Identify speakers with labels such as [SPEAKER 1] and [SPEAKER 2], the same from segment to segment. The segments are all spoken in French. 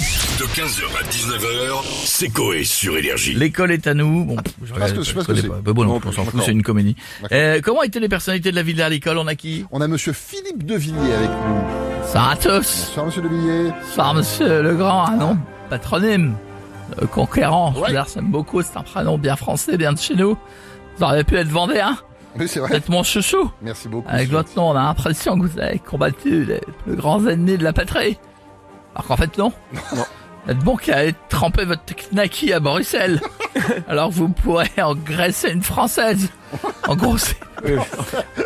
[SPEAKER 1] De 15h à 19h, c'est Coé sur Énergie.
[SPEAKER 2] L'école est à nous. Bon, pff, je regarde,
[SPEAKER 3] que- Ah, je sais
[SPEAKER 2] je
[SPEAKER 3] pas ce
[SPEAKER 2] connais
[SPEAKER 3] que
[SPEAKER 2] pas.
[SPEAKER 3] c'est.
[SPEAKER 2] Bah bon, non,
[SPEAKER 3] Non,
[SPEAKER 2] on s'en fout,
[SPEAKER 3] d'accord.
[SPEAKER 2] c'est une comédie.
[SPEAKER 3] D'accord.
[SPEAKER 2] Euh, comment étaient les personnalités de la ville à l'école On a qui
[SPEAKER 3] On a monsieur Philippe Devilliers avec nous.
[SPEAKER 2] Ça à tous.
[SPEAKER 3] Bonsoir monsieur Devilliers.
[SPEAKER 2] Bonsoir, monsieur Legrand, un nom patronyme. euh, conquérant.
[SPEAKER 3] Ouais.
[SPEAKER 2] Je ça me beaucoup, c'est un prénom bien français, bien de chez nous. Vous auriez pu être vendéen,
[SPEAKER 3] Oui, c'est vrai.
[SPEAKER 2] peut-être mon chouchou.
[SPEAKER 3] Merci beaucoup.
[SPEAKER 2] Avec
[SPEAKER 3] monsieur.
[SPEAKER 2] votre nom, on a l'impression que vous avez combattu les plus grands ennemis de la patrie. Alors qu'en fait, non. Vous êtes bon qu'à aller tremper votre knacki à Bruxelles. Alors que vous pourrez engraisser une Française. En gros, c'est...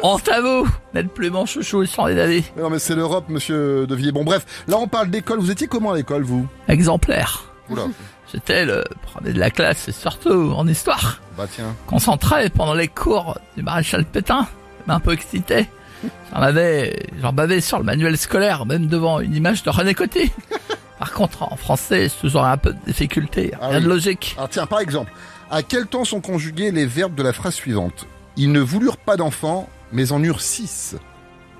[SPEAKER 2] Honte à vous d'être plus mon chouchou et sans les d'aller.
[SPEAKER 3] Mais Non mais c'est l'Europe monsieur Devilliers. Bon bref, là on parle d'école. Vous étiez comment à l'école vous
[SPEAKER 2] Exemplaire.
[SPEAKER 3] Oula.
[SPEAKER 2] J'étais le premier de la classe et surtout en histoire.
[SPEAKER 3] Bah tiens.
[SPEAKER 2] Concentré pendant les cours du maréchal Pétain. Ça m'a un peu excité. J'en avais, j'en bavais sur le manuel scolaire, même devant une image de René Coty. Par contre, en français, c'est toujours un peu de difficulté.
[SPEAKER 3] Ah
[SPEAKER 2] Rien de
[SPEAKER 3] oui.
[SPEAKER 2] logique.
[SPEAKER 3] Alors tiens, par exemple, à quel temps sont conjugués les verbes de la phrase suivante Ils ne voulurent pas d'enfants, mais en eurent six.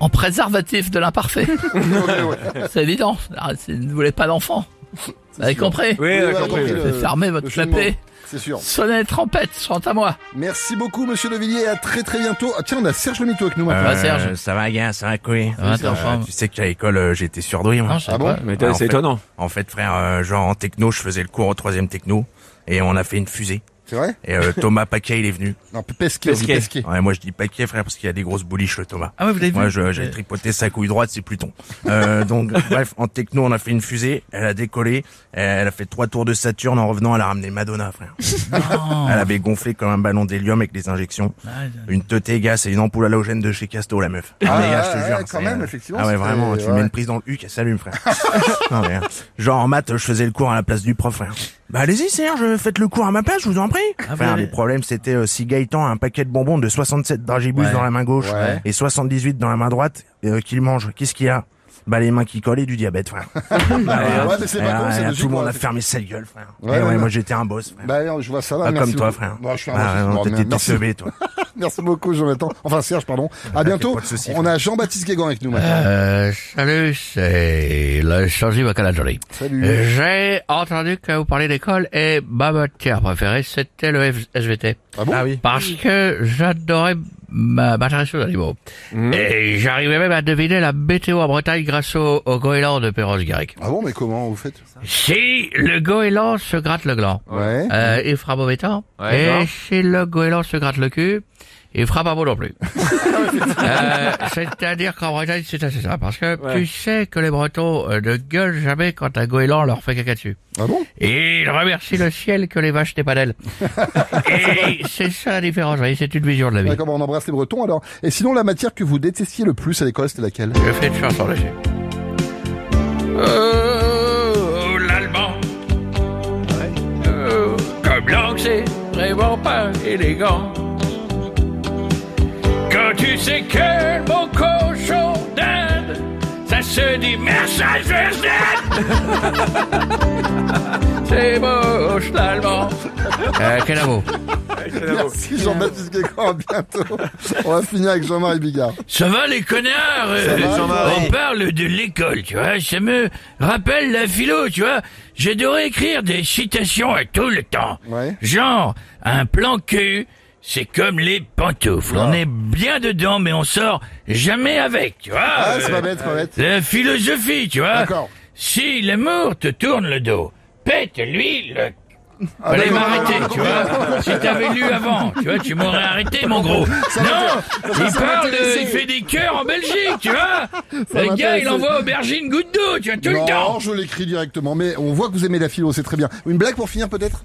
[SPEAKER 2] En préservatif de l'imparfait.
[SPEAKER 3] Ouais, ouais.
[SPEAKER 2] c'est évident. Ah, c'est- Vous ne voulez pas d'enfant. Vous avez
[SPEAKER 3] sûr.
[SPEAKER 2] compris?
[SPEAKER 3] Oui,
[SPEAKER 4] d'accord.
[SPEAKER 3] voilà, compris,
[SPEAKER 2] Fermez
[SPEAKER 3] le-
[SPEAKER 2] votre
[SPEAKER 3] le cheminement.
[SPEAKER 2] clapet.
[SPEAKER 3] C'est sûr.
[SPEAKER 2] Sonnez trompette, chante à moi.
[SPEAKER 5] Ah.
[SPEAKER 3] Merci beaucoup monsieur Devilliers. À très très bientôt. Ah, tiens, on a Serge Lemito avec nous maintenant.
[SPEAKER 2] va, Ah, Serge
[SPEAKER 5] Euh,
[SPEAKER 2] Ah,
[SPEAKER 5] Ça va, gars, ça va, couille.
[SPEAKER 2] Ça va, t'es en forme
[SPEAKER 5] tu sais qu'à l'école, euh, j'étais surdoué, moi.
[SPEAKER 2] Non, je sais
[SPEAKER 3] Ah bon
[SPEAKER 2] pas.
[SPEAKER 4] Mais
[SPEAKER 5] Ah, en
[SPEAKER 4] t'as-
[SPEAKER 5] fait-
[SPEAKER 4] c'est étonnant.
[SPEAKER 5] En fait, frère, euh, genre en techno, je faisais le cours au troisième techno, et on a fait une fusée.
[SPEAKER 3] C'est vrai
[SPEAKER 5] Et euh, Thomas Paquet, il est venu.
[SPEAKER 3] Non, pesquer, on dit
[SPEAKER 4] Pesquet.
[SPEAKER 3] pesquer.
[SPEAKER 5] Ouais, moi, je dis Paquet, frère, parce qu'il a des grosses bouliches, le Thomas.
[SPEAKER 2] Ah ouais, vous l'avez vu
[SPEAKER 5] Moi, je- j'ai
[SPEAKER 2] Mais-
[SPEAKER 5] tripoté sa couille droite, c'est Pluton. Euh, donc, bref, en techno, on a fait une fusée, elle a décollé, elle a fait trois tours de Saturne, en revenant, elle a ramené Madonna, frère.
[SPEAKER 2] Non.
[SPEAKER 5] Elle avait gonflé comme un ballon d'hélium avec les injections.
[SPEAKER 2] Ah,
[SPEAKER 5] Une teutée, gars, c'est une ampoule halogène de chez Casto, la meuf.
[SPEAKER 3] Ah,
[SPEAKER 5] les gars,
[SPEAKER 3] ouais,
[SPEAKER 5] je te
[SPEAKER 3] ouais,
[SPEAKER 5] jure.
[SPEAKER 3] quand
[SPEAKER 5] c'est-
[SPEAKER 3] même, effectivement,
[SPEAKER 5] Ah ouais,
[SPEAKER 3] c'était-
[SPEAKER 5] vraiment, tu
[SPEAKER 3] ouais.
[SPEAKER 5] mets une prise dans le huc, elle s'allume, frère. Non, mais, hein. genre, en maths, je faisais le cours à la place du prof, frère. Bah, allez-y, Serge, faites le cours à ma place, je vous en prie.
[SPEAKER 2] vous
[SPEAKER 5] frère,
[SPEAKER 2] avez-
[SPEAKER 5] les problèmes, c'était euh, si Gaëtan a un paquet de bonbons de 67 dragibus
[SPEAKER 2] Ouais.
[SPEAKER 5] dans la main gauche
[SPEAKER 3] Ouais.
[SPEAKER 5] et 78 dans la main droite, et, euh, qu'il mange, qu'est-ce qu'il y a bah les mains qui collent et du diabète frère. Bah,
[SPEAKER 3] ouais,
[SPEAKER 5] ouais,
[SPEAKER 3] mais c'est
[SPEAKER 5] ouais,
[SPEAKER 3] pas con, c'est
[SPEAKER 5] ouais,
[SPEAKER 3] logique,
[SPEAKER 5] euh, tout le monde
[SPEAKER 3] ouais,
[SPEAKER 5] a
[SPEAKER 3] c'est-
[SPEAKER 5] fermé sa gueule frère.
[SPEAKER 3] Ouais,
[SPEAKER 5] Eh
[SPEAKER 3] ouais,
[SPEAKER 5] ouais,
[SPEAKER 3] ouais.
[SPEAKER 5] moi j'étais un boss frère.
[SPEAKER 3] Bah, non, je vois ça va.
[SPEAKER 5] Pas
[SPEAKER 3] merci
[SPEAKER 5] Ah, comme toi
[SPEAKER 3] beaucoup.
[SPEAKER 5] frère.
[SPEAKER 3] Bah, je suis un
[SPEAKER 5] Bah,
[SPEAKER 3] raciste,
[SPEAKER 5] non,
[SPEAKER 3] bon,
[SPEAKER 5] t'étais
[SPEAKER 3] merde. merci,
[SPEAKER 5] teubé, toi.
[SPEAKER 3] merci beaucoup, Jonathan. Enfin, Serge, pardon. À bientôt.
[SPEAKER 5] pas de souci.
[SPEAKER 3] On a Jean-Baptiste Guégan avec nous maintenant.
[SPEAKER 2] Euh, salut, c'est le Changi Bacaladori.
[SPEAKER 3] Salut.
[SPEAKER 2] Euh, J'ai entendu que vous parliez d'école et ma matière préférée, c'était le F- SVT.
[SPEAKER 3] Ah bon
[SPEAKER 5] oui.
[SPEAKER 2] Parce que j'adorais ma- m'intéresser aux animaux.
[SPEAKER 4] Mhm.
[SPEAKER 2] Et j'arrivais même à deviner la météo en Bretagne grâce au, au goéland de Perros Garrick.
[SPEAKER 3] Ah bon, mais comment vous faites
[SPEAKER 2] Si le goéland se gratte le gland,
[SPEAKER 3] Ouais.
[SPEAKER 2] euh, il fera mauvais temps.
[SPEAKER 4] Mhm. Ouais,
[SPEAKER 2] et
[SPEAKER 4] d'accord.
[SPEAKER 2] si le goéland se gratte le cul, il fera pas beau non plus. Euh, C'est-à-dire qu'en Bretagne, c'est assez ça. Parce que
[SPEAKER 4] Ouais.
[SPEAKER 2] tu sais que les Bretons euh, ne gueulent jamais quand un goéland leur fait caca dessus.
[SPEAKER 3] Ah bon
[SPEAKER 2] Et il remercie le ciel que les vaches n'aient pas d'ailes. Et c'est ça la différence, vous voyez, c'est une vision de la vie.
[SPEAKER 3] D'accord, bon, on embrasse les Bretons alors. Et sinon, la matière que vous détestiez le plus à l'école, c'était laquelle
[SPEAKER 2] Je fais une chanson dessus. Oh, l'allemand. Oh, comme langue, c'est vraiment pas élégant. Quand tu sais que mon cochon d'Inde, ça se dit Mercedes C'est moche l'allemand. Euh, quel amour.
[SPEAKER 3] Merci Jean-Baptiste Guégan, à bientôt. on va finir avec Jean-Marie Bigard.
[SPEAKER 2] Ça va les connards euh,
[SPEAKER 3] va,
[SPEAKER 2] On parle de l'école, tu vois. Ça me rappelle la philo, tu vois. J'adorais écrire des citations à tout le temps.
[SPEAKER 3] Ouais.
[SPEAKER 2] Genre, un plan cul, c'est comme les pantoufles.
[SPEAKER 3] Ah.
[SPEAKER 2] On est bien dedans, mais on sort jamais avec, tu vois.
[SPEAKER 3] Ah,
[SPEAKER 2] Euh,
[SPEAKER 3] c'est pas bête, c'est pas bête.
[SPEAKER 2] la philosophie, tu vois.
[SPEAKER 3] D'accord.
[SPEAKER 2] Si l'amour te tourne le dos, pète-lui le... Fallait
[SPEAKER 3] Ah, d'accord,
[SPEAKER 2] m'arrêter,
[SPEAKER 3] d'accord,
[SPEAKER 2] tu vois. Si t'avais lu avant, tu vois, tu m'aurais arrêté, mon gros. non, il parle, de- il fait des cœurs en Belgique, tu vois. Le gars, il
[SPEAKER 3] m'intéresse.
[SPEAKER 2] envoie aubergine goutte d'eau, tu vois, tout
[SPEAKER 3] non,
[SPEAKER 2] le temps.
[SPEAKER 3] je l'écris directement, mais on voit que vous aimez la philo, c'est très bien. Une blague pour finir peut-être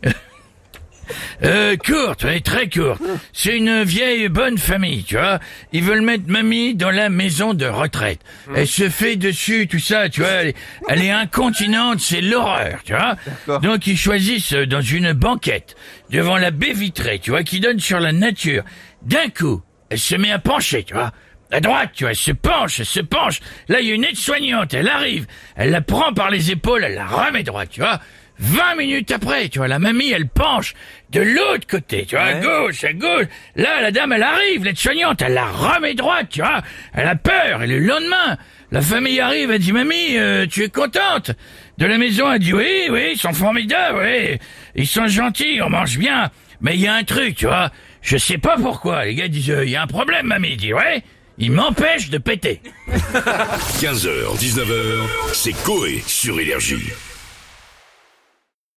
[SPEAKER 2] Euh, courte, ouais, très courte. C'est une vieille bonne famille, tu vois. Ils veulent mettre mamie dans la maison de retraite. Elle se fait dessus, tout ça, tu vois. Elle, est- elle est incontinente, c'est l'horreur, tu vois. Donc ils choisissent euh, dans une banquette, devant la baie vitrée, tu vois, qui donne sur la nature. D'un coup, elle se met à pencher, tu vois. À droite, tu vois, elle se penche, elle se penche. Là, il y a une aide-soignante, elle arrive. Elle la prend par les épaules, elle la remet droite, tu vois. 20 minutes après, tu vois, la mamie, elle penche de l'autre côté, tu vois, à gauche, à gauche. Là, la dame, elle arrive, l'aide-soignante, elle la remet droite, tu vois. Elle a peur, et le lendemain, la famille arrive, elle dit, mamie, euh, tu es contente
[SPEAKER 1] de la maison a dit oui, oui, ils sont formidables, oui, ils sont gentils, on mange bien. Mais il y a un truc, tu vois. Je sais pas pourquoi. Les gars disent, euh, il y a un problème, mamie. Il dit, ouais, il m'empêche de péter.
[SPEAKER 6] 15h, 19h, c'est Coé sur Énergie.